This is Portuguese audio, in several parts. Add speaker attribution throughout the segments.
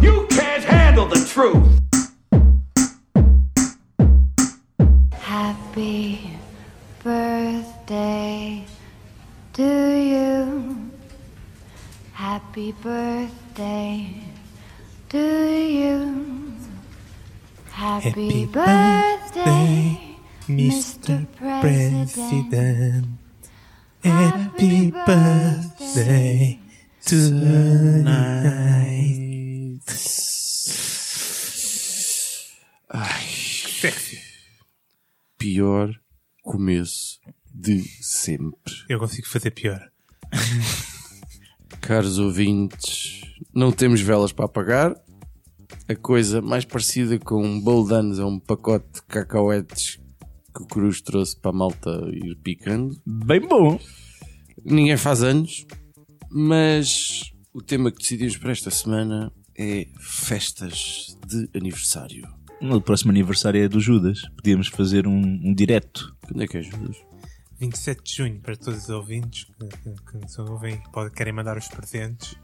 Speaker 1: You can't handle the truth.
Speaker 2: Happy birthday to you. Happy birthday to you. Happy,
Speaker 3: Happy
Speaker 2: birthday,
Speaker 3: birthday,
Speaker 2: Mr.
Speaker 3: Mr.
Speaker 2: President.
Speaker 3: President. Happy birthday tonight.
Speaker 4: Pior começo de sempre.
Speaker 3: Eu consigo fazer pior.
Speaker 4: Caros ouvintes, não temos velas para apagar. A coisa mais parecida com um bolo de anos é um pacote de cacauetes que o Cruz trouxe para a malta ir picando.
Speaker 3: Bem bom.
Speaker 4: Ninguém faz anos, mas o tema que decidimos para esta semana é festas de aniversário.
Speaker 5: No próximo aniversário é do Judas. Podíamos fazer um, um direto.
Speaker 4: Quando é que é, Judas?
Speaker 3: 27 de junho, para todos os ouvintes que, que, que nos ouvem e podem- querem mandar os presentes,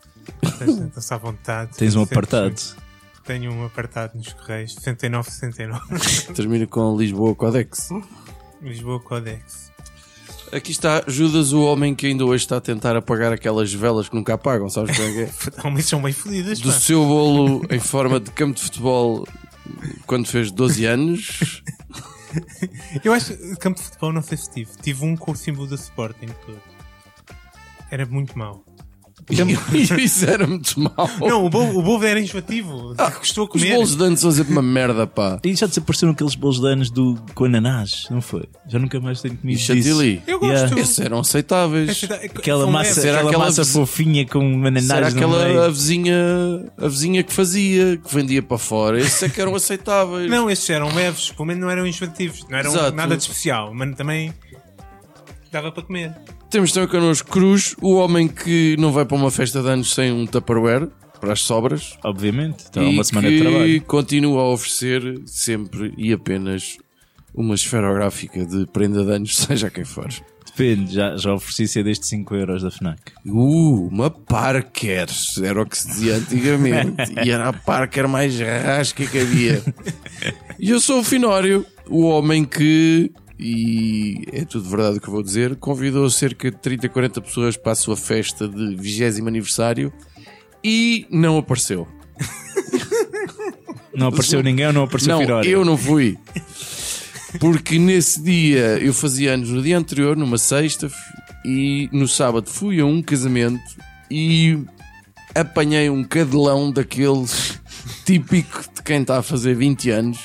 Speaker 3: estão-se à vontade.
Speaker 5: Tens um
Speaker 3: 27 de
Speaker 5: apartado.
Speaker 3: junho. Tenho um apartado nos Correios, 6969, 69,
Speaker 4: Termina com Lisboa Codex.
Speaker 3: Lisboa Codex.
Speaker 4: Aqui está Judas, o homem que ainda hoje está a tentar apagar aquelas velas que nunca apagam, sabes como é que é?
Speaker 3: Realmente são bem fodidas,
Speaker 4: Do
Speaker 3: pá.
Speaker 4: seu bolo em forma de campo de futebol quando fez 12 anos.
Speaker 3: Eu acho que campo de futebol não sei se tive. Tive um com o símbolo do Sporting todo. Era muito mau.
Speaker 4: e isso era muito mal.
Speaker 5: Oh.
Speaker 3: Não, o bolo, o bolo era enjoativo.
Speaker 5: Ah,
Speaker 3: Custou a
Speaker 4: Os
Speaker 3: comer.
Speaker 4: bolos de anos são sempre uma merda, pá.
Speaker 5: E já desapareceram aqueles bolos de anos do, com ananás, não foi? Já nunca mais tenho comido
Speaker 4: E chantilly.
Speaker 3: Eu gosto.
Speaker 4: Esses eram aceitáveis.
Speaker 5: Aquela
Speaker 3: São
Speaker 5: massa,
Speaker 3: leves.
Speaker 4: Será
Speaker 5: aquela
Speaker 4: aquela
Speaker 5: massa
Speaker 4: ves-
Speaker 5: fofinha com ananás
Speaker 4: Será
Speaker 5: no
Speaker 4: aquela a
Speaker 5: meio.
Speaker 4: vizinha, a vizinha que fazia, que vendia para fora. Esses é que eram aceitáveis.
Speaker 3: Não, estes eram leves, pelo menos não eram enjoativos. Não eram
Speaker 4: Exato.
Speaker 3: nada de especial, mas também dava para comer.
Speaker 4: Temos também connosco Cruz, o homem que não vai para uma festa de anos sem um Tupperware para as sobras.
Speaker 5: Obviamente. Então é
Speaker 4: e
Speaker 5: uma semana
Speaker 4: que
Speaker 5: de trabalho.
Speaker 4: continua a oferecer sempre e apenas uma esferográfica de prenda de anos, seja quem for.
Speaker 5: Depende, já, já ofereci ser deste 5€ euros da FNAC.
Speaker 4: Uh, uma Parker, era o que se dizia antigamente. e era a Parker mais rasca que havia. e eu sou o Finório, o homem que, e é tudo verdade o que eu vou dizer, convidou cerca de 30, 40 pessoas para a sua festa de 20 aniversário e não apareceu.
Speaker 5: Não apareceu ninguém ou não apareceu
Speaker 4: não,
Speaker 5: Firório?
Speaker 4: eu não fui. Porque nesse dia eu fazia anos no dia anterior, numa sexta, e no sábado fui a um casamento e apanhei um cadelão daqueles típico de quem está a fazer 20 anos.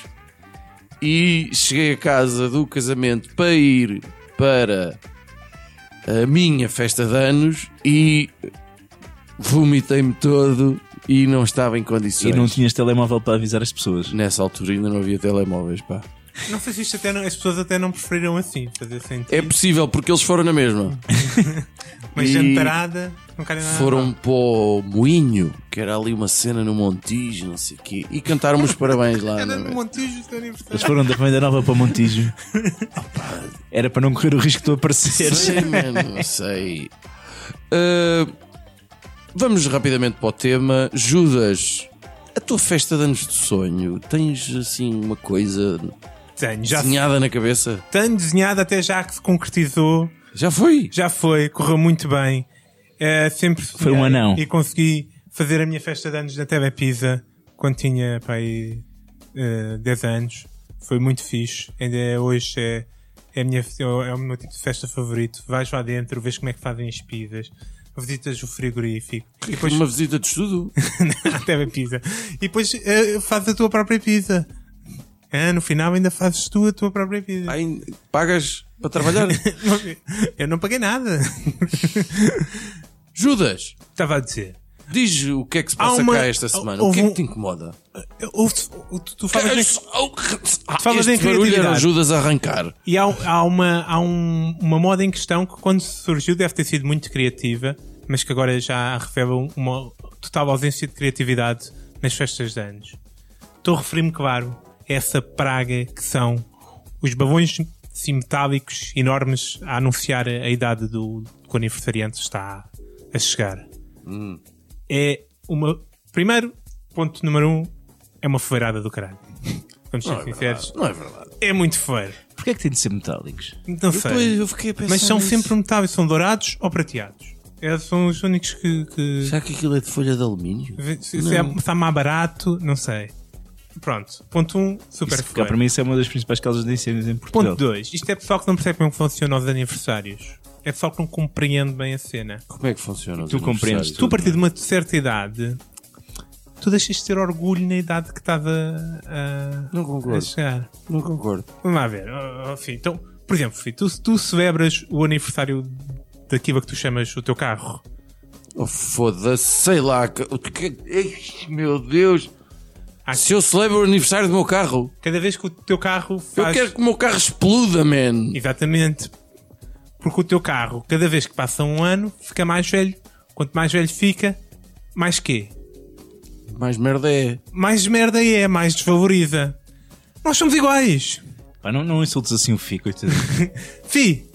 Speaker 4: E cheguei a casa do casamento para ir para a minha festa de anos e vomitei-me todo e não estava em
Speaker 5: E
Speaker 4: condições.
Speaker 5: não tinhas telemóvel para avisar as pessoas.
Speaker 4: Nessa altura ainda não havia telemóveis, pá.
Speaker 3: Não sei se isto até não- as pessoas até não preferiram assim, fazer sentido.
Speaker 4: É possível, porque eles foram na mesma.
Speaker 3: Mas
Speaker 4: e-
Speaker 3: jantarada, não querem nada.
Speaker 4: Foram para o Moinho, que era ali uma cena no Montijo, não sei o quê, e cantaram os parabéns lá.
Speaker 3: Era
Speaker 4: não
Speaker 3: no
Speaker 4: é?
Speaker 3: Montijo, seu aniversário.
Speaker 5: Eles foram da Venda Nova para Montijo. Era para não correr o risco de tu apareceres.
Speaker 4: sei, mano, não sei. Ah, vamos rapidamente para o tema. Judas, a tua festa de anos de sonho, tens assim uma coisa
Speaker 3: Tenho, já
Speaker 4: desenhada na cabeça?
Speaker 3: tenho desenhado até já que se concretizou.
Speaker 4: Já foi?
Speaker 3: Já foi, correu muito bem. É, sempre
Speaker 5: Foi um anão.
Speaker 3: E consegui fazer a minha festa de anos na TV Pisa quando tinha pá, aí, eh, 10 anos. Foi muito fixe. Ainda é- hoje é, é, a minha, é o meu tipo de festa favorito. Vais lá dentro, vês como é que fazem as pizzas. Visitas o frigorífico. E depois
Speaker 4: Uma visita de estudo?
Speaker 3: a TV Pisa. E depois eh, fazes a tua própria pizza. Ah, no final ainda fazes tu a tua própria pizza.
Speaker 4: Ai, pagas para trabalhar?
Speaker 3: Eu não paguei nada.
Speaker 4: Judas,
Speaker 3: Estava a dizer.
Speaker 4: Diz o que é que se
Speaker 3: Há
Speaker 4: passa
Speaker 3: uma-
Speaker 4: cá esta semana. O
Speaker 3: houve
Speaker 4: que é
Speaker 3: um-
Speaker 4: que te incomoda?
Speaker 3: Houve- tu- tu falas em-
Speaker 4: Ah,
Speaker 3: falas em
Speaker 4: este barulho
Speaker 3: criatividade.
Speaker 4: era ajudas a arrancar.
Speaker 3: E há, há uma, há um- uma moda em questão que quando surgiu deve ter sido muito criativa, mas que agora já revela uma total ausência de criatividade nas festas de anos. Estou a referir-me, claro, a essa praga que são os babões sim, metálicos enormes a anunciar a idade do que o aniversariante está a chegar.
Speaker 4: Hum.
Speaker 3: É uma. Primeiro, ponto número um, é uma feirada do caralho. Vamos ser sinceros.
Speaker 4: Não é verdade.
Speaker 3: É muito feio.
Speaker 5: Porquê é que tem de ser metálicos?
Speaker 3: Não sei.
Speaker 4: Depois eu fiquei a pensar.
Speaker 3: Mas são
Speaker 4: nisso.
Speaker 3: sempre metáveis, são dourados ou prateados. É, são os únicos que. que-
Speaker 4: Será que aquilo é de folha de alumínio?
Speaker 3: Se, se é, se está mais barato, não sei. Pronto, ponto 1, um, super
Speaker 5: Isso, cá,
Speaker 3: feio.
Speaker 5: para mim, isso é uma das principais causas de incêndios em Portugal.
Speaker 3: Ponto 2, isto é pessoal que não percebe como funcionam os aniversários. É pessoal que não compreende bem a cena.
Speaker 4: Como é que funciona? os
Speaker 5: Tu compreendes
Speaker 4: aniversários?
Speaker 3: Tu, a partir de uma certa idade, tu deixas de ter orgulho na idade que estava a,
Speaker 4: Não concordo.
Speaker 3: a chegar.
Speaker 4: Não concordo.
Speaker 3: Vamos lá ver. ó, ó, Fih, então, por exemplo, Fih, tu, tu celebras o aniversário daquilo que tu chamas o teu carro.
Speaker 4: Oh, Foda-se, sei lá. que- o que- Ei, meu Deus.
Speaker 3: Ah,
Speaker 4: Se eu celebro o aniversário do meu carro,
Speaker 3: Cada vez que o teu carro
Speaker 4: eu
Speaker 3: faz.
Speaker 4: quero que o meu carro exploda, man.
Speaker 3: Exatamente. Porque o teu carro, cada vez que passa um ano, fica mais velho. Quanto mais velho fica, mais quê?
Speaker 4: Mais merda é.
Speaker 3: Mais merda é, mais desvaloriza. Nós somos iguais.
Speaker 5: Pá, não, não insultes assim o Fico. coitado.
Speaker 3: Fi,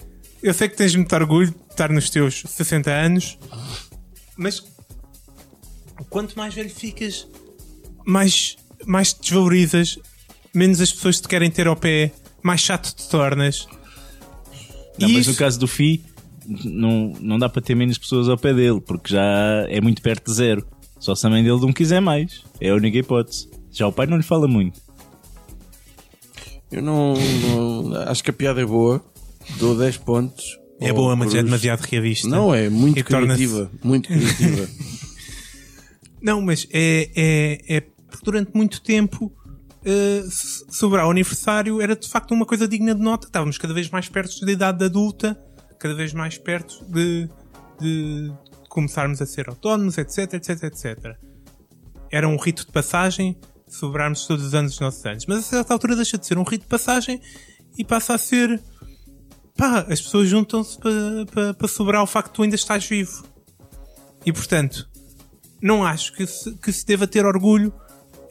Speaker 3: eu sei que tens muito orgulho de estar nos teus 60 anos, mas quanto mais velho ficas, mais, mais te desvalorizas, menos as pessoas te querem ter ao pé, mais chato te tornas.
Speaker 5: Não,
Speaker 3: E
Speaker 5: mas
Speaker 3: isso-
Speaker 5: no caso do Fi, não, não dá para ter menos pessoas ao pé dele, porque já é muito perto de zero. Só se a mãe dele não quiser mais. É a única hipótese. Já o pai não lhe fala muito.
Speaker 4: Eu não, não- Acho que a piada é boa. Dou 10 pontos.
Speaker 3: É
Speaker 4: ao
Speaker 3: boa, mas é
Speaker 4: Cruz.
Speaker 3: demasiado realista.
Speaker 4: Oh, Não é, muito
Speaker 3: E torna-se-
Speaker 4: criativa. Muito criativa.
Speaker 3: Não, mas é, é, é porque durante muito tempo eh, se- celebrar o aniversário era de facto uma coisa digna de nota. Estávamos cada vez mais perto da idade adulta, cada vez mais perto de, de começarmos a ser autónomos, etc, etc, etc. Era um rito de passagem celebrarmos todos os anos os nossos anos. Mas a certa altura deixa de ser um rito de passagem e passa a ser... Pá, as pessoas juntam-se para pa, pa celebrar o facto de tu ainda estás vivo. E portanto, não acho que se, que se deva ter orgulho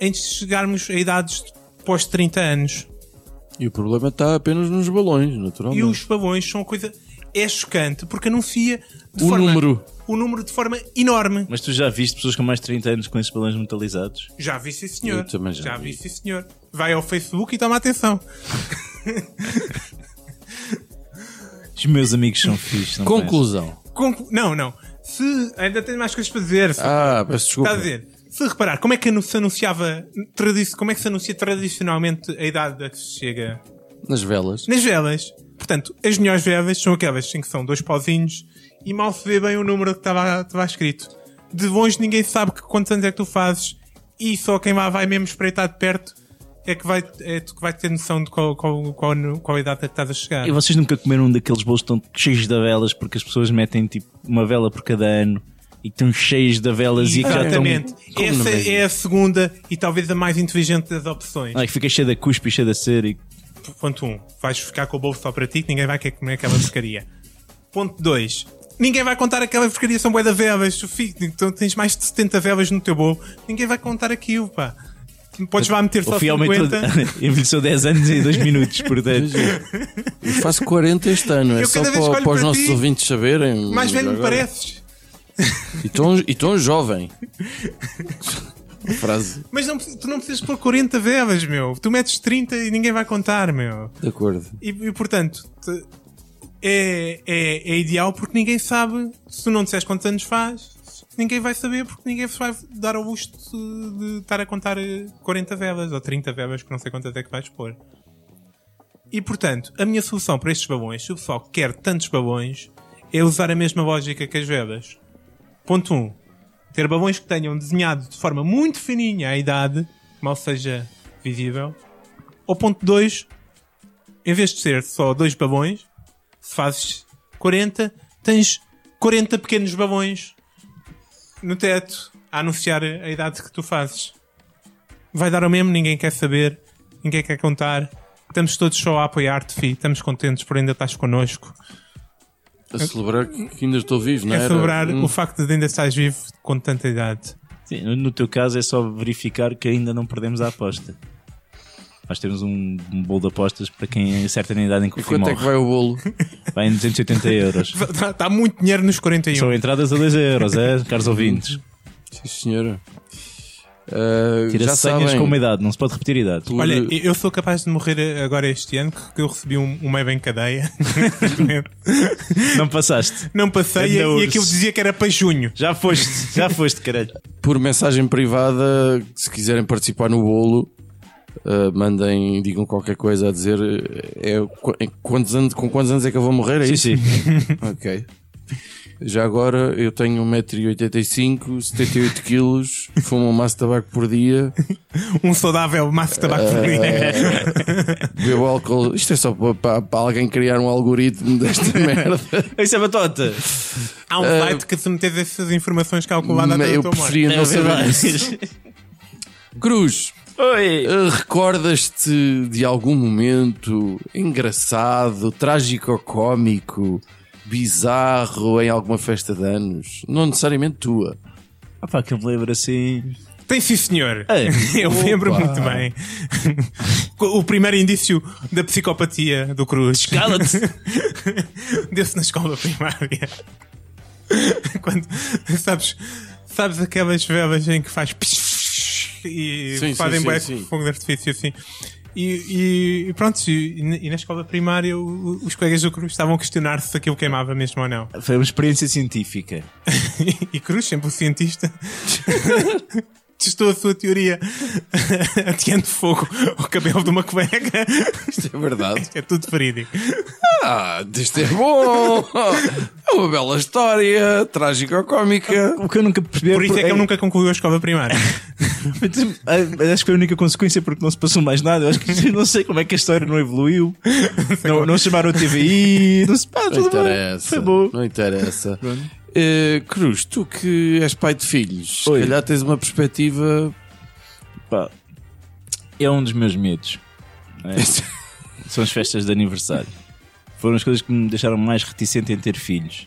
Speaker 3: antes de chegarmos a idades pós 30 anos.
Speaker 4: e o problema está apenas nos balões,
Speaker 3: E
Speaker 4: naturalmente.
Speaker 3: os pavões são uma coisa. É chocante porque anuncia de
Speaker 4: O
Speaker 3: forma-
Speaker 4: número.
Speaker 3: o número de forma enorme.
Speaker 5: Mas tu já viste pessoas com mais de 30 anos com esses balões metalizados?
Speaker 3: Já vi, sim, senhor.
Speaker 4: Eu também já
Speaker 3: já vi,
Speaker 4: vi.
Speaker 3: sim, senhor. Vai ao Facebook e toma atenção.
Speaker 5: Os meus amigos são fixos. não
Speaker 4: Conclusão.
Speaker 3: Conclu- Não, não. Se ainda tenho mais coisas para dizer. se-
Speaker 4: Ah, peço desculpa.
Speaker 3: Está a dizer, se reparar, como é que se anunciava, tradi- como é que se anuncia tradicionalmente a idade a que se chega
Speaker 4: Nas velas.
Speaker 3: Nas velas. Portanto, as melhores velas são aquelas em que são dois pauzinhos e mal se vê bem o número que estava estava escrito. De longe ninguém sabe que quantos anos é que tu fazes e só quem lá vai mesmo espreitar de perto é que vai, é tu que vai ter noção de qual, qual, qual, qual idade é que estás a chegar.
Speaker 5: E vocês nunca comeram um daqueles bolos tão cheios de velas porque as pessoas metem tipo uma vela por cada ano e que estão cheios de velas e que já estão.
Speaker 3: Exatamente.
Speaker 4: Como não
Speaker 3: Essa
Speaker 4: é?
Speaker 3: é a segunda e talvez a mais inteligente das opções.
Speaker 5: Ai, é que fica cheio da cuspe e cheio da cera. E...
Speaker 3: Ponto 1. Um, vais ficar com o bolo só para ti que ninguém vai querer comer aquela porcaria. Ponto 2. Ninguém vai contar aquela porcaria são bué de velas. Tu fi- Então tens mais de 70 velas no teu bolo. Ninguém vai contar aquilo, pá. Podes lá meter
Speaker 5: O
Speaker 3: só
Speaker 5: Fi aumentou.
Speaker 3: 50.
Speaker 5: Envelheceu 10 anos e 2 minutos, portanto.
Speaker 4: é. Eu faço 40 este ano, é
Speaker 3: Eu
Speaker 4: só
Speaker 3: cada
Speaker 4: para,
Speaker 3: vez que olho
Speaker 4: para os
Speaker 3: para
Speaker 4: nossos
Speaker 3: ti,
Speaker 4: ouvintes saberem.
Speaker 3: Mais velho me
Speaker 4: Agora.
Speaker 3: pareces.
Speaker 4: E tão, e tão jovem. A frase,
Speaker 3: Mas não, precis- tu não precisas pôr 40 velas, meu. Tu metes 30 e ninguém vai contar, meu.
Speaker 4: de acordo.
Speaker 3: E, e, portanto, te- é, é, é ideal porque ninguém sabe. Se tu não disseres quantos anos faz, ninguém vai saber porque ninguém se vai dar ao luxo de, de estar a contar eh, 40 velas ou 30 velas, que não sei quantas é que vais pôr. E portanto, a minha solução para estes balões, se o pessoal quer tantos balões, é usar a mesma lógica que as velas. Ponto 1. Um, ter balões que tenham desenhado de forma muito fininha a idade, mal seja visível. Ou ponto 2, em vez de ser só dois babões, se fazes 40, tens 40 pequenos babões no teto a anunciar a idade que tu fazes. Vai dar ao mesmo, ninguém quer saber, ninguém quer contar. Estamos todos só a apoiar-te, fi. Estamos contentes por ainda estás connosco.
Speaker 4: A celebrar que que ainda estou vivo, não
Speaker 3: É
Speaker 4: era?
Speaker 3: celebrar
Speaker 4: Hum,
Speaker 3: o facto de ainda estás vivo com tanta idade.
Speaker 5: Sim, no- no teu caso é só verificar que ainda não perdemos a aposta. Nós temos um, um bolo de apostas para quem acerta na idade em que
Speaker 4: E
Speaker 5: o filho
Speaker 4: quanto é que
Speaker 5: morre.
Speaker 4: vai o bolo?
Speaker 5: Vai em 280 euros.
Speaker 3: Está Tá, muito dinheiro nos 41.
Speaker 5: São entradas a 2 euros, é, caros ouvintes.
Speaker 4: Sim, senhora. Ah,
Speaker 5: Tira
Speaker 4: já
Speaker 5: senhas
Speaker 4: sabem.
Speaker 5: com uma idade, não se pode repetir idade.
Speaker 4: Por-
Speaker 3: Olha, eu sou capaz de morrer agora este ano que- que eu recebi um, um meio em cadeia.
Speaker 5: Não passaste.
Speaker 3: Não passei e,
Speaker 5: Ainda
Speaker 3: e
Speaker 5: urso.
Speaker 3: aquilo dizia que era para junho.
Speaker 5: Já foste, já foste, caralho.
Speaker 4: por mensagem privada, se quiserem participar no bolo, ah, mandem, digam qualquer coisa a dizer é, qu- em quantos anos, com quantos anos é que eu vou morrer? É
Speaker 5: Sim,
Speaker 4: isso?
Speaker 5: sim.
Speaker 4: Ok. Já agora eu tenho 1,85m, 78kg, fumo um maço de tabaco por dia,
Speaker 3: Um saudável maço de tabaco por dia.
Speaker 4: bebo álcool. Isto é só para, para- para alguém criar um algoritmo desta merda.
Speaker 5: Isso é batota.
Speaker 3: Há um site que se metes essas informações calculadas até
Speaker 4: eu
Speaker 3: o teu morte.
Speaker 4: preferia
Speaker 5: É
Speaker 4: não saber. disso.
Speaker 5: verdade.
Speaker 4: Cruz,
Speaker 5: Oi.
Speaker 4: ah, recordas-te de algum momento engraçado, trágico cómico, bizarro em alguma festa de anos? Não necessariamente tua.
Speaker 5: Ah pá, que eu me lembro assim.
Speaker 3: Tem sim, senhor.
Speaker 5: É.
Speaker 3: Eu lembro muito bem. o primeiro indício da psicopatia do Cruz.
Speaker 5: Cala-te!
Speaker 3: Deu-se na escola primária. Quando, sabes, sabes aquelas velas em que faz psh, e
Speaker 4: Sim,
Speaker 3: fazem
Speaker 4: sim,
Speaker 3: bué
Speaker 4: sim,
Speaker 3: com
Speaker 4: sim.
Speaker 3: fogo de artifício assim. E, e- e pronto, e, na- e na escola primária o- os colegas do Cruz estavam a questionar se aquilo queimava mesmo ou não.
Speaker 5: Foi uma experiência científica.
Speaker 3: E Cruz, sempre o cientista, testou a sua teoria ateando fogo ao cabelo de uma colega.
Speaker 4: Isto é verdade.
Speaker 3: É tudo verídico.
Speaker 4: Ah, isto é bom! É uma bela história, trágico cómica.
Speaker 5: O que eu nunca percebi
Speaker 3: Por isso é que eu nunca concluiu a escola primária.
Speaker 5: Ah, Acho que foi a única consequência porque não se passou mais nada. Eu Acho que não sei como é que a história não evoluiu. não,
Speaker 3: é
Speaker 5: não chamaram o TVI. Não se pá,
Speaker 4: Não
Speaker 5: tudo bem.
Speaker 4: interessa.
Speaker 5: Foi bom.
Speaker 4: Não interessa. Eh, Cruz, tu que és pai de filhos,
Speaker 5: Oi.
Speaker 4: se calhar tens uma perspectiva.
Speaker 5: Pá, é um dos meus medos. É. São as festas de aniversário. Foram as coisas que me deixaram mais reticente em ter filhos.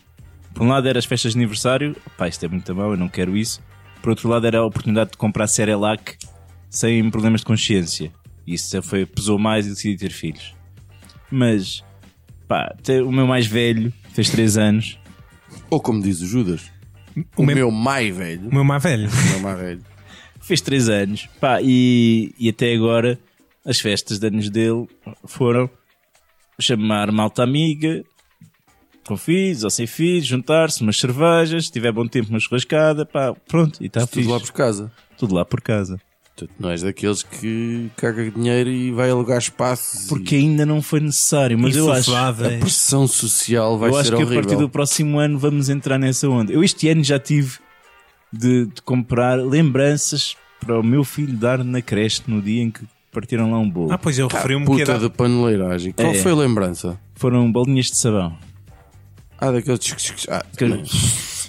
Speaker 5: Por um lado era as festas de aniversário, pá, isto é muito mau, eu não quero isso. Por outro lado era a oportunidade de comprar Cerelac sem problemas de consciência. Isso já foi, pesou mais e decidi ter filhos. Mas, pá, até o meu mais velho fez 3 anos.
Speaker 4: Ou como diz o Judas, o,
Speaker 3: meu-
Speaker 4: meu mai velho.
Speaker 3: O meu má velho.
Speaker 4: O meu mai velho.
Speaker 5: fez 3 anos, pá, e, e até agora as festas de anos dele foram chamar malta amiga, com filhos ou sem filhos, juntar-se, umas cervejas, se tiver bom tempo, uma churrascada, pá, pronto, e está
Speaker 4: Tudo
Speaker 5: fixe.
Speaker 4: lá por casa.
Speaker 5: Tudo lá por casa.
Speaker 4: Portanto, não és daqueles que caga dinheiro e vai alugar espaços.
Speaker 5: Porque ainda não foi necessário, mas eu acho.
Speaker 4: e a pressão social vai
Speaker 5: eu
Speaker 4: ser
Speaker 5: acho que a
Speaker 4: horrível.
Speaker 5: partir do próximo ano vamos entrar nessa onda. Eu este ano já tive de, de comprar lembranças para o meu filho dar na creche no dia em que partiram lá um bolo.
Speaker 3: Ah, pois eu referi-me que
Speaker 4: Puta
Speaker 3: era.
Speaker 4: de paneleiragem. Qual
Speaker 5: É.
Speaker 4: foi a lembrança?
Speaker 5: Foram bolinhas de sabão.
Speaker 4: Ah, daqueles. tchic, tchic, tchic. Ah,
Speaker 5: Que-
Speaker 4: também.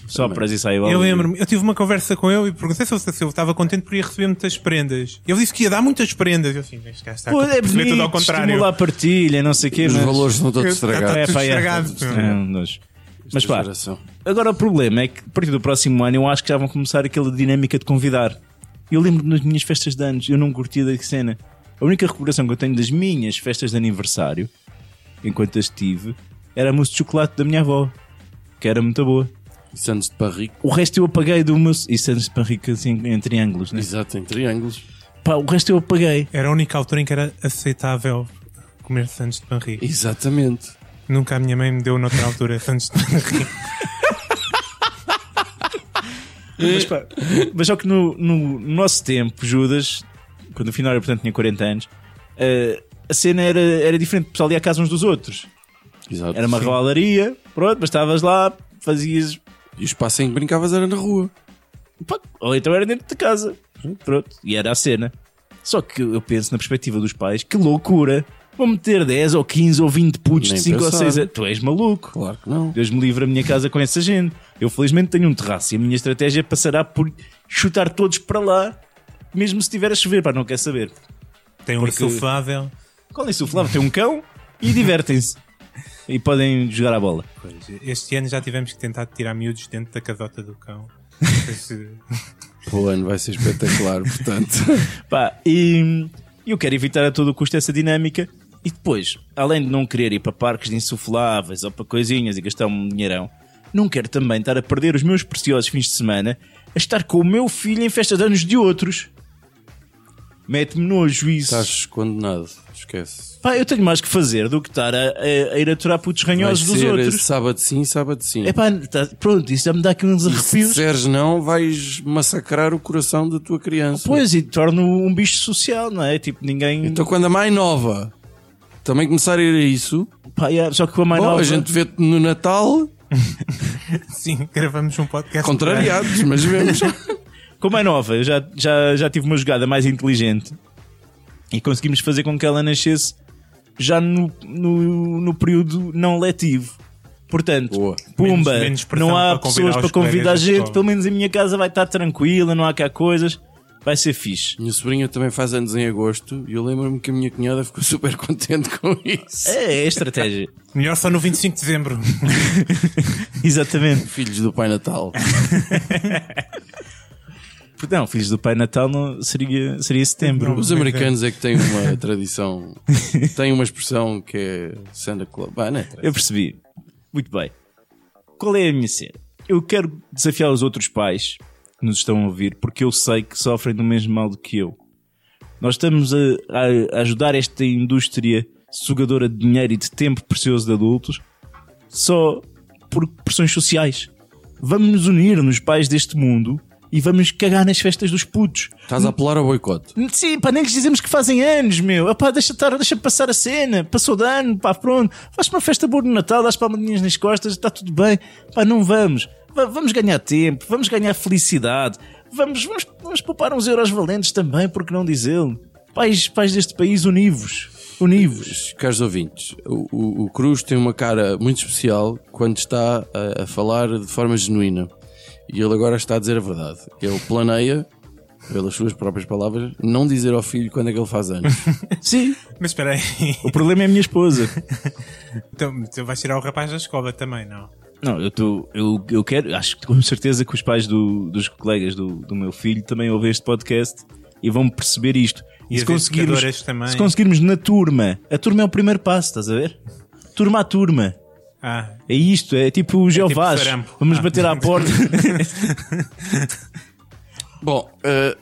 Speaker 5: Só para isso aí
Speaker 3: Eu lembro-me, eu tive uma conversa com ele e perguntei se ele, se ele estava contente por ir receber muitas prendas. Ele disse que ia dar muitas prendas. Eu assim, este gajo está a
Speaker 5: Pô, é
Speaker 3: perceber
Speaker 5: bonito,
Speaker 3: tudo ao contrário.
Speaker 5: estimula a partilha, não sei o quê.
Speaker 4: Os
Speaker 5: mas...
Speaker 4: valores estão todos
Speaker 3: Eu- eu-
Speaker 4: estragados.
Speaker 5: é, pá, é,
Speaker 3: estragado.
Speaker 5: é um nojo. Mas pá,
Speaker 4: Geração.
Speaker 5: agora o problema é que a partir do próximo ano eu acho que já vão começar aquela dinâmica de convidar. Eu lembro nas minhas festas de anos, eu não curtia da cena. A única recordação que eu tenho das minhas festas de aniversário, enquanto as tive, era a mousse de chocolate da minha avó, que era muito boa.
Speaker 4: Isso antes de Parrico.
Speaker 5: O resto eu apaguei do meu. Isso antes de panrica assim, em triângulos, né?
Speaker 4: Exato, em triângulos.
Speaker 5: Pá, o resto eu apaguei.
Speaker 3: Era a única altura em que era aceitável comer sandes de panrico.
Speaker 4: Exatamente.
Speaker 3: Nunca a minha mãe me deu noutra altura sandes de panrico.
Speaker 5: Mas, pá, mas só que no, no nosso tempo, Judas, quando o final, eu, portanto, tinha 40 anos, eh, a cena era, era diferente. O pessoal ia à casa uns dos outros.
Speaker 4: Exato.
Speaker 5: Era uma
Speaker 4: Sim.
Speaker 5: rolaria, pronto, mas estavas lá, fazias.
Speaker 4: E o espaço em que brincavas era na rua.
Speaker 5: pá, Ou então era dentro de casa. Pronto, e era a cena. Só que eu penso na perspectiva dos pais, que loucura! Vão meter 10 ou 15 ou 20 putos
Speaker 4: Nem
Speaker 5: de 5 ou
Speaker 4: pensar.
Speaker 5: 6 anos. Tu és maluco.
Speaker 4: Claro que não.
Speaker 5: Deus me livre a minha casa com essa gente. Eu felizmente tenho um terraço e a minha estratégia passará por chutar todos para lá, mesmo se estiver a chover, para não quer saber.
Speaker 3: Tem um
Speaker 5: Porque-
Speaker 3: insuflável.
Speaker 5: Qual é isso? O Flávio tem um cão e divertem-se. E podem jogar a bola.
Speaker 3: Pois, Este ano já tivemos que tentar tirar miúdos dentro da casota do cão. Mas, eh,
Speaker 4: Para o ano vai ser espetacular, portanto.
Speaker 5: Pá, e eu quero evitar a todo custo essa dinâmica. E depois, além de não querer ir para parques de insufláveis ou para coisinhas e gastar um dinheirão, não quero também estar a perder os meus preciosos fins de semana a estar com o meu filho em festas de anos de outros. Mete-me nojo isso.
Speaker 4: Estás condenado, esquece.
Speaker 5: Pá, eu tenho mais que fazer do que estar a, a- a ir aturar putos
Speaker 4: Vai
Speaker 5: ranhosos dos
Speaker 4: ser
Speaker 5: outros.
Speaker 4: sábado sim, sábado sim.
Speaker 5: É pá, tá- pronto, isso já me dá aqui uns
Speaker 4: se
Speaker 5: arrepios.
Speaker 4: disseres não, vais massacrar o coração da tua criança.
Speaker 5: Pois, e torno um bicho social, não é? Tipo, ninguém.
Speaker 4: Então quando a mãe nova também começar a ir a isso,
Speaker 5: Pá, yeah, só que com a mãe
Speaker 4: bom,
Speaker 5: nova. É
Speaker 4: a gente vê-te no Natal,
Speaker 3: Sim, gravamos um podcast.
Speaker 4: contrariados, mas vemos.
Speaker 5: Como é nova, eu já, já, já tive uma jogada mais inteligente e conseguimos fazer com que ela nascesse já no, no, no período não letivo. Portanto,
Speaker 4: Boa.
Speaker 5: pumba,
Speaker 3: Menos- menos pressão
Speaker 5: não há
Speaker 3: para convidar
Speaker 5: pessoas
Speaker 3: os
Speaker 5: para
Speaker 3: colegas
Speaker 5: convidar
Speaker 3: da
Speaker 5: gente,
Speaker 3: escola.
Speaker 5: pelo menos a minha casa vai estar tranquila, não há cá coisas, vai ser fixe.
Speaker 4: Minha sobrinha também faz anos em agosto e eu lembro-me que a minha cunhada ficou super contente com isso.
Speaker 5: É, é a estratégia.
Speaker 3: Melhor só no 25 de dezembro.
Speaker 5: Exatamente.
Speaker 4: Filhos do Pai Natal.
Speaker 5: Porque Não, filhos do Pai Natal não, seria, seria setembro.
Speaker 4: Os americanos é que têm uma tradição, têm uma expressão que é Santa Claus. Bah, não é tradição.
Speaker 5: Eu percebi. Muito bem. Qual é a minha cena? Eu quero desafiar os outros pais que nos estão a ouvir, porque eu sei que sofrem do mesmo mal do que eu. Nós estamos a, a ajudar esta indústria sugadora de dinheiro e de tempo precioso de adultos só por pressões sociais. Vamos nos unir nos pais deste mundo e vamos cagar nas festas dos putos.
Speaker 4: Estás a apelar ao boicote.
Speaker 5: Sim, pá, nem lhes dizemos que fazem anos, meu. Epá, deixa, estar, deixa passar a cena. Passou de ano, pá, pronto. Faz uma festa boa no Natal, dás palmadinhas nas costas, está tudo bem. Pá, não vamos. Va- Vamos ganhar tempo, vamos ganhar felicidade. Vamos, vamos, vamos poupar uns euros valentes também, porque não dizê-lo. Pais, pais deste país, univos. Univos.
Speaker 4: Caros ouvintes, o, o- o Cruz tem uma cara muito especial quando está a, a falar de forma genuína. E ele agora está a dizer a verdade. Ele planeia, pelas suas próprias palavras, não dizer ao filho quando é que ele faz anos.
Speaker 5: Sim,
Speaker 3: Mas espera aí.
Speaker 5: o problema é a minha esposa.
Speaker 3: Então, tu vais tirar o rapaz da escola também, não?
Speaker 5: Não, eu, tô, eu, eu quero, acho que com certeza que os pais do- dos colegas do, do meu filho também ouvem este podcast e vão perceber isto.
Speaker 3: E as educadoras também.
Speaker 5: se conseguirmos na turma, a turma é o primeiro passo, estás a ver? Turma a turma.
Speaker 3: Ah,
Speaker 5: É isto, é tipo o Jeová.
Speaker 3: sarampo.
Speaker 5: Vamos
Speaker 3: Ah.
Speaker 5: bater à porta.
Speaker 4: Bom, eh,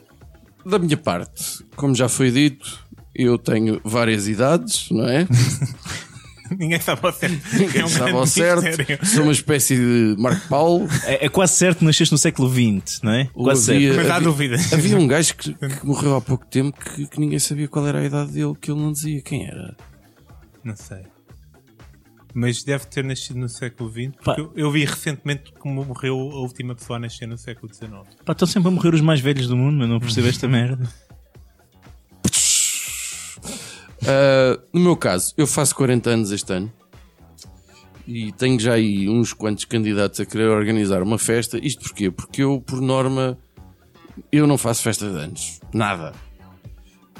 Speaker 4: da minha parte, como já foi dito, eu tenho várias idades, não é?
Speaker 3: ninguém sabe ao certo. É um
Speaker 4: Estava ao
Speaker 3: grande
Speaker 4: certo,
Speaker 3: mistério.
Speaker 4: sou uma espécie de Marco Paulo.
Speaker 5: é, é quase certo que nasceste no século XX, não é? Quase certo.
Speaker 3: Mas há
Speaker 4: havia-
Speaker 3: dúvidas.
Speaker 4: Havia um gajo que, que morreu há pouco tempo que, que ninguém sabia qual era a idade dele, que ele não dizia quem era.
Speaker 3: Não sei. Mas deve ter nascido no século XX,
Speaker 5: Pá.
Speaker 3: porque eu, eu vi recentemente como morreu a última pessoa a nascer no século XIX.
Speaker 5: Pá, estão sempre a morrer os mais velhos do mundo, mas não percebo esta merda.
Speaker 4: Ah, no meu caso, eu faço 40 anos este ano e tenho já aí uns quantos candidatos a querer organizar uma festa. Isto porquê? Porque eu, por norma, eu não faço festa de anos. Nada.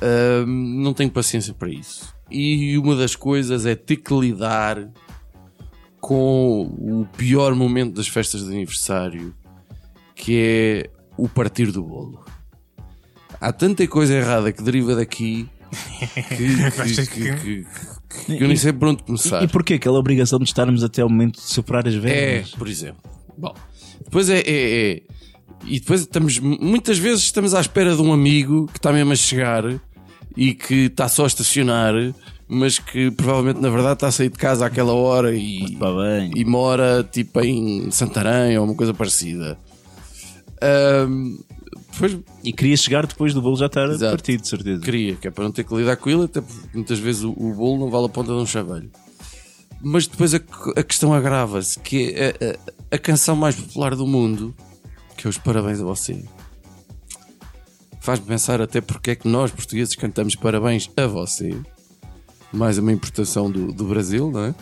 Speaker 4: Ah, não tenho paciência para isso. E uma das coisas é ter que lidar com o pior momento das festas de aniversário, que é o partir do bolo. Há tanta coisa errada que deriva daqui que, que- que- que- que- que eu nem sei por onde começar.
Speaker 5: E porquê aquela obrigação de estarmos até ao momento de superar as
Speaker 4: Tá. É,
Speaker 5: velhas?
Speaker 4: por exemplo. Bom, depois é, é- é- E depois estamos. Muitas vezes estamos à espera de um amigo que está mesmo a chegar e que está só a estacionar, mas que provavelmente na verdade está a sair de casa àquela hora e,
Speaker 5: Pá, bem.
Speaker 4: e mora tipo em Santarém ou uma coisa parecida. Ahm, depois
Speaker 5: E queria chegar depois do bolo já estar
Speaker 4: Exato.
Speaker 5: partido, de certeza.
Speaker 4: queria, que é para não ter que lidar com ele, até porque muitas vezes o, o bolo não vale a ponta de um chaveiro. Mas depois a, co- a questão agrava-se, que é a, a- a canção mais popular do mundo, que é os parabéns a você, faz-me pensar até porque é que nós, portugueses, cantamos parabéns a você. Mais uma importação do, do Brasil, não é?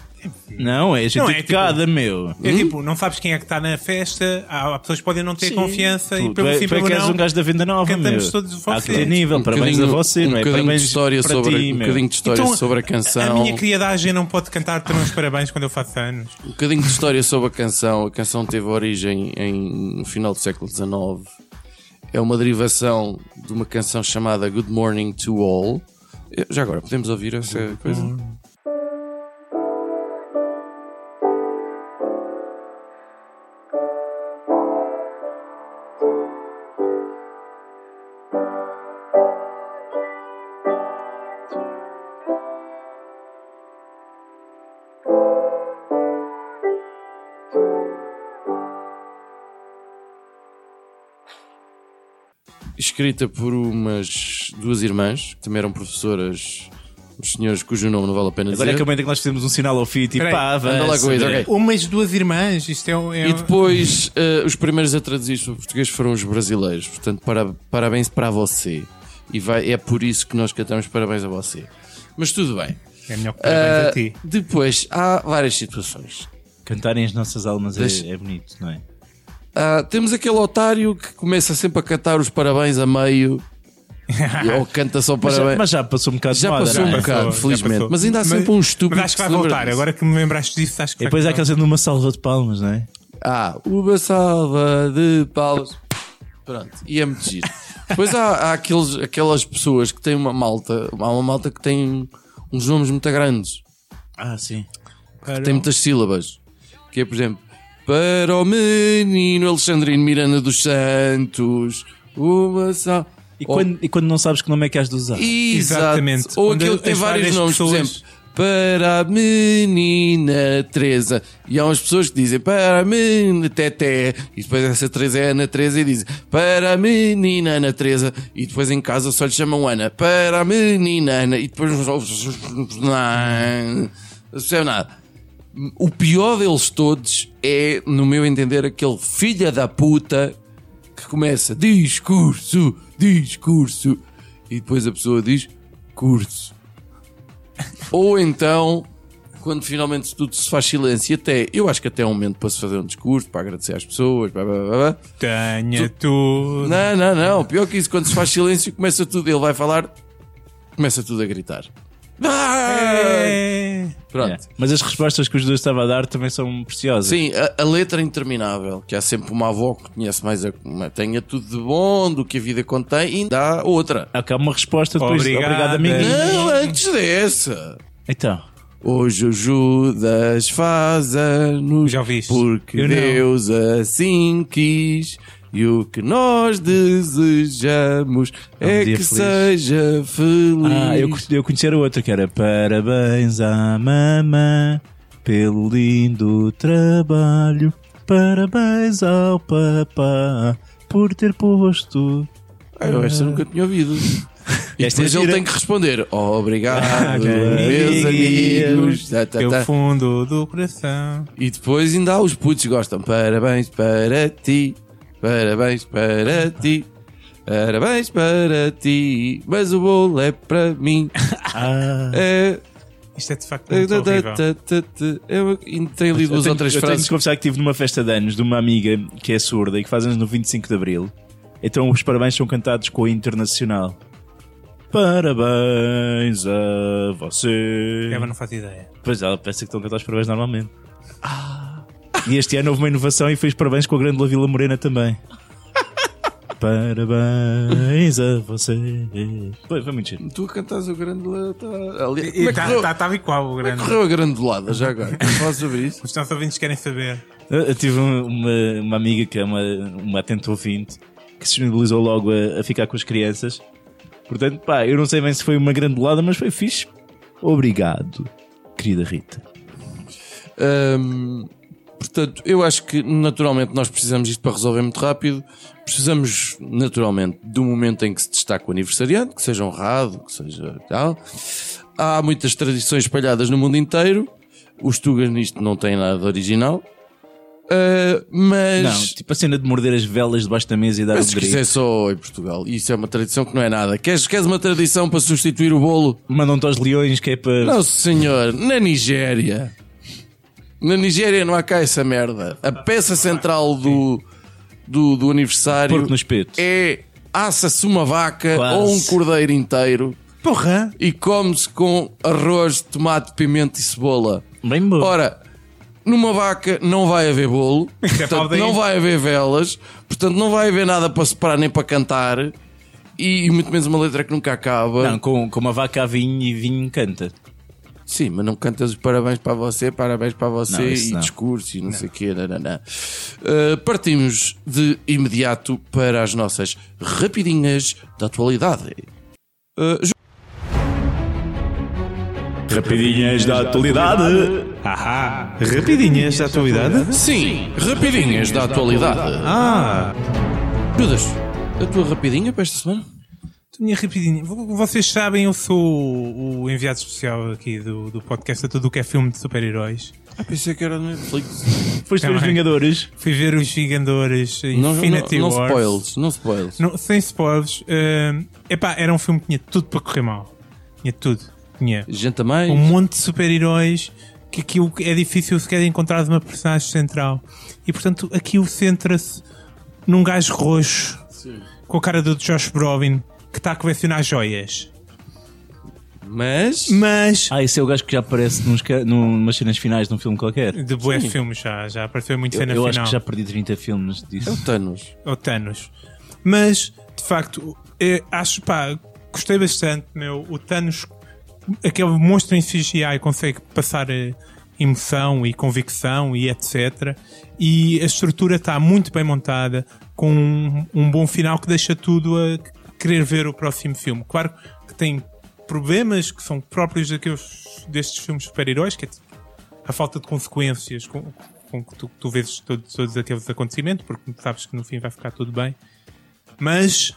Speaker 5: Não, é gente
Speaker 3: Não, é
Speaker 5: educada, meu.
Speaker 4: Hum?
Speaker 3: É tipo, não sabes quem é que está na festa, há, há pessoas que podem não ter confiança
Speaker 5: Tu,
Speaker 3: e
Speaker 5: tu,
Speaker 3: pelo
Speaker 5: é, tu é
Speaker 3: simples
Speaker 5: que és
Speaker 3: não.
Speaker 5: um gajo da venda nova,
Speaker 3: cantamos
Speaker 5: meu.
Speaker 3: todos
Speaker 5: Há
Speaker 3: vocês.
Speaker 5: que ter nível,
Speaker 4: Um
Speaker 5: parabéns a
Speaker 4: bocadinho-
Speaker 5: você,
Speaker 4: um
Speaker 5: não é?
Speaker 4: bocadinho
Speaker 5: Parabéns
Speaker 4: de história
Speaker 5: para
Speaker 4: sobre,
Speaker 5: ti,
Speaker 4: um
Speaker 5: meu. Então,
Speaker 4: bocadinho de história sobre a canção.
Speaker 3: Então, A minha criadagem não pode cantar também os parabéns quando eu faço anos.
Speaker 4: Um bocadinho de história sobre a canção. A canção teve origem em, no final do século XIX é uma derivação de uma canção chamada Good Morning to All. Eh, Já agora, podemos ouvir essa coisa? escrita por umas duas irmãs, que também eram professoras, os senhores cujo nome não vale a pena
Speaker 5: Agora é
Speaker 4: dizer.
Speaker 5: que a momento em que nós fizemos um sinal ao fit e
Speaker 3: Peraí,
Speaker 5: pá,
Speaker 4: anda lá
Speaker 5: avança,
Speaker 4: com isso,
Speaker 5: né?
Speaker 4: ok.
Speaker 3: Umas duas irmãs, isto é um. É
Speaker 4: É. E
Speaker 3: um-
Speaker 4: depois eh, os primeiros a traduzir isso para o português foram os brasileiros, portanto para- parabéns para você. E vai- é por isso que nós cantamos parabéns a você. Mas tudo bem.
Speaker 3: É melhor que parabéns
Speaker 4: Eh,
Speaker 3: a ti.
Speaker 4: depois há várias situações.
Speaker 5: Cantarem as nossas almas é-
Speaker 4: Deixa-
Speaker 5: é, bonito, não é?
Speaker 4: Ah, temos aquele otário que começa sempre a cantar os parabéns a meio e- ou canta só
Speaker 5: Mas já,
Speaker 4: parabéns.
Speaker 5: mas já passou um bocado
Speaker 4: Já
Speaker 5: de moda,
Speaker 4: passou
Speaker 5: não
Speaker 4: um
Speaker 5: é?
Speaker 4: bocado. Cara,
Speaker 3: já
Speaker 4: felizmente.
Speaker 3: passou.
Speaker 4: Mas ainda há sempre um estúpido
Speaker 3: Mas acho que vai
Speaker 4: que se lembra
Speaker 3: voltar.
Speaker 4: disso. é
Speaker 3: Agora que me lembraste disso, acho que
Speaker 5: E depois é há
Speaker 3: vai
Speaker 5: aquele sendo uma salva de palmas, não é?
Speaker 4: Ah, uma salva de palmas. Pronto, e é muito giro. Depois há, há aqueles, aquelas pessoas que têm uma malta, há uma malta que tem uns nomes muito grandes,
Speaker 5: Ah, sim.
Speaker 3: Para-
Speaker 4: tem muitas sílabas. Que é, por exemplo, para o menino Alexandrino Miranda dos Santos, uma salva.
Speaker 5: E, quando, e quando não sabes que nome é que has de usar?
Speaker 4: Exatamente.
Speaker 3: Exatamente.
Speaker 4: Ou
Speaker 3: Onde
Speaker 4: aquele que tem
Speaker 3: as
Speaker 4: vários
Speaker 3: várias
Speaker 4: nomes, por
Speaker 3: pessoas-
Speaker 4: exemplo. Para a menina Teresa. E há umas pessoas que dizem para a menina Teté. E depois essa Teresa é Ana Teresa e dizem para a menina Ana Teresa. E depois em casa só lhe chamam Ana. Para a menina Ana. E depois. Não percebe nada. O pior deles todos é, no meu entender, aquele filha da puta que começa discurso, discurso, e depois a pessoa diz curso. Ou então, quando finalmente tudo se faz silêncio, e até eu acho que até é um momento para se fazer um discurso, para agradecer às pessoas, blá, blá, blá, blá.
Speaker 3: Tenha tudo.
Speaker 4: Não, não, não. Pior que isso, quando se faz silêncio, começa tudo. Ele vai falar, começa tudo a gritar. Ah!
Speaker 3: É.
Speaker 4: Pronto.
Speaker 5: Yeah. Mas as respostas que os dois estavam a dar também são preciosas.
Speaker 4: Sim, a, a letra é interminável, que há sempre uma avó que conhece mais a. uma- tenha tudo de bom do que a vida contém e dá outra.
Speaker 5: Há cá uma resposta depois.
Speaker 3: Obrigada.
Speaker 5: Obrigado, amiguinho.
Speaker 4: Não, antes dessa.
Speaker 5: Então,
Speaker 4: Hoje o Judas faz anos
Speaker 3: Já ouvi isto.
Speaker 4: porque
Speaker 3: Eu não.
Speaker 4: Deus assim quis e o que nós desejamos é,
Speaker 5: um dia
Speaker 4: que
Speaker 5: feliz.
Speaker 4: seja feliz.
Speaker 5: ah, eu, co- eu conhecer o outro que era Parabéns à mamã pelo lindo trabalho. Parabéns ao papá por ter posto.
Speaker 4: Ah, eu esta nunca tinha ouvido. E
Speaker 5: Esta é
Speaker 4: depois ele
Speaker 5: gira. Ah,
Speaker 4: tem que responder: Obrigado,
Speaker 5: ok.
Speaker 4: meus amigos.
Speaker 5: Amigos.
Speaker 4: Tá, tá,
Speaker 3: É
Speaker 4: tá.
Speaker 3: o fundo do coração.
Speaker 4: E depois ainda há os putos que gostam. Parabéns para ti, parabéns para ti, parabéns para ti, mas o bolo é para mim.
Speaker 5: Ah,
Speaker 4: É,
Speaker 3: Isto é de facto
Speaker 4: é,
Speaker 3: muito
Speaker 4: tá, tá,
Speaker 3: horrível.
Speaker 4: tá, tá, tá. Eu ainda tenho lido duas
Speaker 5: eu
Speaker 4: ou
Speaker 5: tenho,
Speaker 4: três
Speaker 5: eu tenho
Speaker 4: frases.
Speaker 5: de confessar que estive numa festa de anos de uma amiga que é surda e que faz anos no 25 de Abril. Então os parabéns são cantados com o Internacional. Parabéns a você.
Speaker 3: Eva não faz ideia.
Speaker 5: Pois ela parece que estão a cantar os parabéns normalmente. E este ano houve uma inovação e fez parabéns com a Grande La Vila Morena também. parabéns a você. Foi, foi muito giro.
Speaker 4: Tu cantas o grande tá, ali. Como é que correu-
Speaker 5: tá,
Speaker 3: Estava igual o
Speaker 4: como é que
Speaker 3: grande.
Speaker 4: correu a grandelada já agora? Fala sobre isso.
Speaker 3: Os nossos ouvintes querem saber.
Speaker 5: Eu, eu tive um- uma, uma amiga que é uma, uma atenta ouvinte que se disponibilizou logo a, a ficar com as crianças. Portanto, pá, eu não sei bem se foi uma grandelada, mas foi fixe. Obrigado, querida Rita.
Speaker 4: Hum, portanto, eu acho que naturalmente nós precisamos isto para resolver muito rápido. Precisamos, naturalmente, do momento em que se destaca o aniversariante, que seja honrado, que seja tal. Há muitas tradições espalhadas no mundo inteiro. Os Tugas nisto não têm nada de original. Ah, mas.
Speaker 5: Não, tipo a cena de morder as velas debaixo da mesa e dar o um
Speaker 4: Mas que isso
Speaker 5: grito.
Speaker 4: é só em Portugal. Isso é uma tradição que não é nada. Queres, queres uma tradição para substituir o bolo?
Speaker 5: Mandam-te aos leões que é para.
Speaker 4: Não, senhor. Na Nigéria. Na Nigéria não há cá essa merda. A peça central do, do, do aniversário
Speaker 5: Porco no espeto.
Speaker 4: é assa-se uma vaca
Speaker 5: Quase.
Speaker 4: ou um cordeiro inteiro
Speaker 5: Porra!
Speaker 4: e come-se com arroz, tomate, pimenta e cebola.
Speaker 5: Bem bom.
Speaker 4: Ora, numa vaca não vai haver bolo,
Speaker 3: Isso é
Speaker 4: portanto,
Speaker 3: para
Speaker 4: não
Speaker 3: daí.
Speaker 4: vai haver velas, portanto, não vai haver nada para soprar nem para cantar. E, e muito menos uma letra que nunca acaba.
Speaker 5: Não, com, com uma vaca a vinho e vinho canta.
Speaker 4: Sim, mas não cantas os parabéns para você, parabéns para você
Speaker 5: Não, isso
Speaker 4: e
Speaker 5: não.
Speaker 4: discurso e não, sei o quê. nananã. Uh, partimos de imediato para as nossas rapidinhas da atualidade. Uh, Ju-
Speaker 5: Rapidinhas da atualidade.
Speaker 6: Rapidinhas da atualidade?
Speaker 4: sim, rapidinhas da atualidade.
Speaker 6: Ah,
Speaker 4: Judas, a tua rapidinha para esta semana?
Speaker 3: Minha rapidinha, V- vocês sabem, eu sou o o enviado especial aqui do, do podcast a tudo o que é filme de super-heróis.
Speaker 4: Ah, pensei que era no Netflix.
Speaker 5: Foste ver
Speaker 3: Também.
Speaker 5: os Vingadores.
Speaker 3: Fui ver os Vingadores eh,
Speaker 4: Não, não,
Speaker 3: Infinity
Speaker 4: não
Speaker 3: Wars.
Speaker 4: spoils, não spoils.
Speaker 3: Não- sem spoilers. hum, epá, era um filme que tinha tudo para correr mal. Tinha tudo. Tinha
Speaker 4: Gente também.
Speaker 3: um monte de super-heróis que aquilo é difícil sequer encontrar de uma personagem central. E portanto aquilo centra-se num gajo roxo com a cara do Josh Brolin que está a colecionar joias.
Speaker 4: Mas.
Speaker 3: Mas
Speaker 5: Ah, esse é o gajo que já aparece nos, ca- numas cenas finais de um filme qualquer.
Speaker 3: de bué filmes já, já apareceu em muito
Speaker 5: Eu,
Speaker 3: cena
Speaker 5: eu acho
Speaker 3: final.
Speaker 5: que já perdi 30 filmes
Speaker 4: É o
Speaker 5: disso.
Speaker 4: Thanos.
Speaker 3: Ou Thanos. Mas, de facto, eh, acho, pá, gostei bastante, meu. O Thanos, aquele monstro em CGI, consegue passar eh, emoção e convicção e etc. E a estrutura está muito bem montada, com um, um bom final que deixa tudo a querer ver o próximo filme. Claro que tem problemas que são próprios daqueles, destes filmes de super-heróis, que é tipo, a falta de consequências com, com que tu, tu vês todos, todos aqueles acontecimentos, porque sabes que no fim vai ficar tudo bem. Mas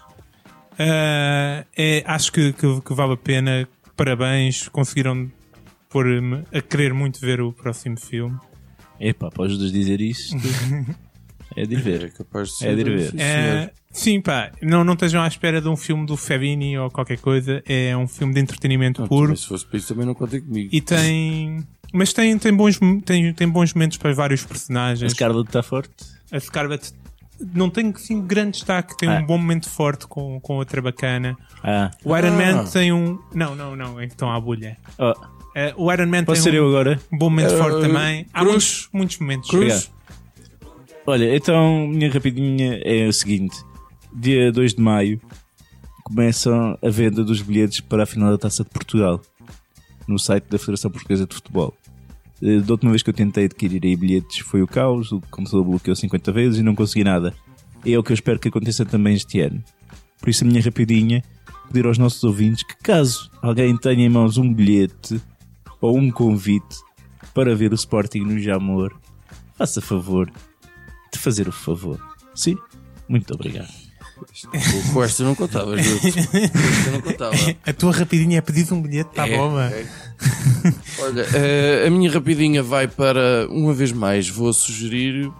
Speaker 3: ah, é, acho que, que- que vale a pena. Parabéns, conseguiram pôr-me a querer muito ver o próximo filme.
Speaker 5: Epá, para os dois dizer isto. é de
Speaker 4: É
Speaker 5: ver.
Speaker 4: capaz de
Speaker 5: É de
Speaker 4: ser.
Speaker 5: ir ver.
Speaker 4: sim,
Speaker 3: Ah,
Speaker 4: senhor.
Speaker 3: sim, pá, não, não estejam à espera de um filme do Fabini ou qualquer coisa. É um filme de entretenimento puro.
Speaker 4: Mas se fosse para isso também não contem comigo.
Speaker 3: E tem. Mas tem, tem, bons, tem, tem bons momentos para vários
Speaker 5: A
Speaker 3: personagens.
Speaker 5: Scarlett está tá forte.
Speaker 3: A Scarlett não tem assim, grande destaque, tem
Speaker 5: Ah.
Speaker 3: um bom momento forte com, com outra bacana.
Speaker 5: Ah,
Speaker 3: O Iron
Speaker 4: Ah.
Speaker 3: Man tem um. Não, não, não, é que estão à bolha.
Speaker 5: oh,
Speaker 3: Eh, o Iron Man
Speaker 5: posso
Speaker 3: tem
Speaker 5: ser eu
Speaker 3: um
Speaker 5: agora?
Speaker 3: bom momento
Speaker 4: Eh,
Speaker 3: forte também. Há
Speaker 4: Cruz.
Speaker 3: muitos, muitos momentos.
Speaker 5: Cruz. Olha, então, minha rapidinha é o seguinte: dia 2 de maio começam a venda dos bilhetes para a final da taça de Portugal no site da Federação Portuguesa de Futebol. Eh, Da última vez que eu tentei adquirir aí bilhetes foi o caos, o computador bloqueou 50 vezes e não consegui nada. É o que eu espero que aconteça também este ano. Por isso, a minha rapidinha, pedir aos nossos ouvintes que, caso alguém tenha em mãos um bilhete ou um convite para ver o Sporting no Jamor, faça favor de fazer o favor. Sim, muito obrigado.
Speaker 4: Com esta não contava, juro. Com esta não contava.
Speaker 3: A tua rapidinha é pedir um bilhete, tá
Speaker 4: É,
Speaker 3: boba.
Speaker 4: é. Olha, eh, a minha rapidinha vai para, uma vez mais, vou sugerir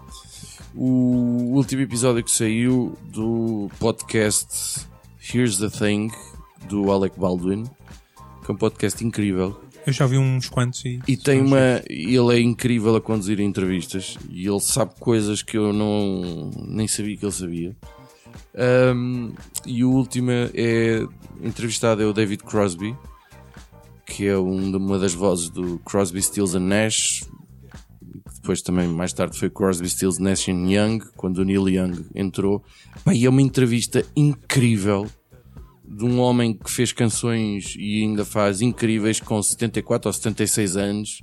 Speaker 4: o último episódio que saiu do podcast Here's the Thing, do Alec Baldwin, que é um podcast incrível.
Speaker 3: Eu já vi uns quantos e.
Speaker 4: E tem uma. Ele é incrível a conduzir entrevistas e ele sabe coisas que eu não nem sabia que ele sabia. Ahm, e o último é entrevistado é o David Crosby, que é um de- uma das vozes do Crosby, Stills and Nash. Depois também mais tarde foi Crosby, Stills, Nash and Young quando o Neil Young entrou. Pá, e é uma entrevista incrível de um homem que fez canções e ainda faz incríveis com 74 ou 76 anos.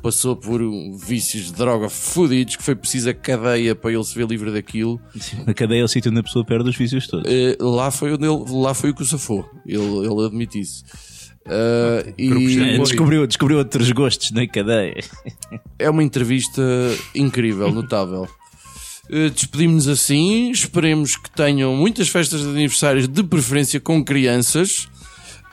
Speaker 4: Passou por um- vícios de droga fodidos que foi preciso a cadeia para ele se ver livre daquilo.
Speaker 5: Na cadeia é o sítio onde a pessoa perde os vícios todos.
Speaker 4: Eh, lá, foi onde ele, lá foi o que o safou. Ele, ele admite isso. Ah,
Speaker 5: É,
Speaker 4: e
Speaker 5: descobriu, descobriu outros gostos na cadeia.
Speaker 4: é uma entrevista incrível, notável. Eh, Despedimos-nos assim. Esperemos que tenham muitas festas de aniversários, de preferência com crianças.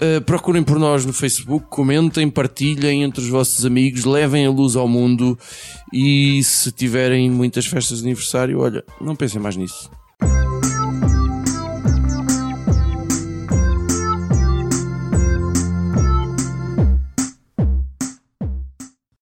Speaker 4: Uh, procurem por nós no Facebook, comentem, partilhem entre os vossos amigos, levem a luz ao mundo e se tiverem muitas festas de aniversário, olha, não pensem mais nisso.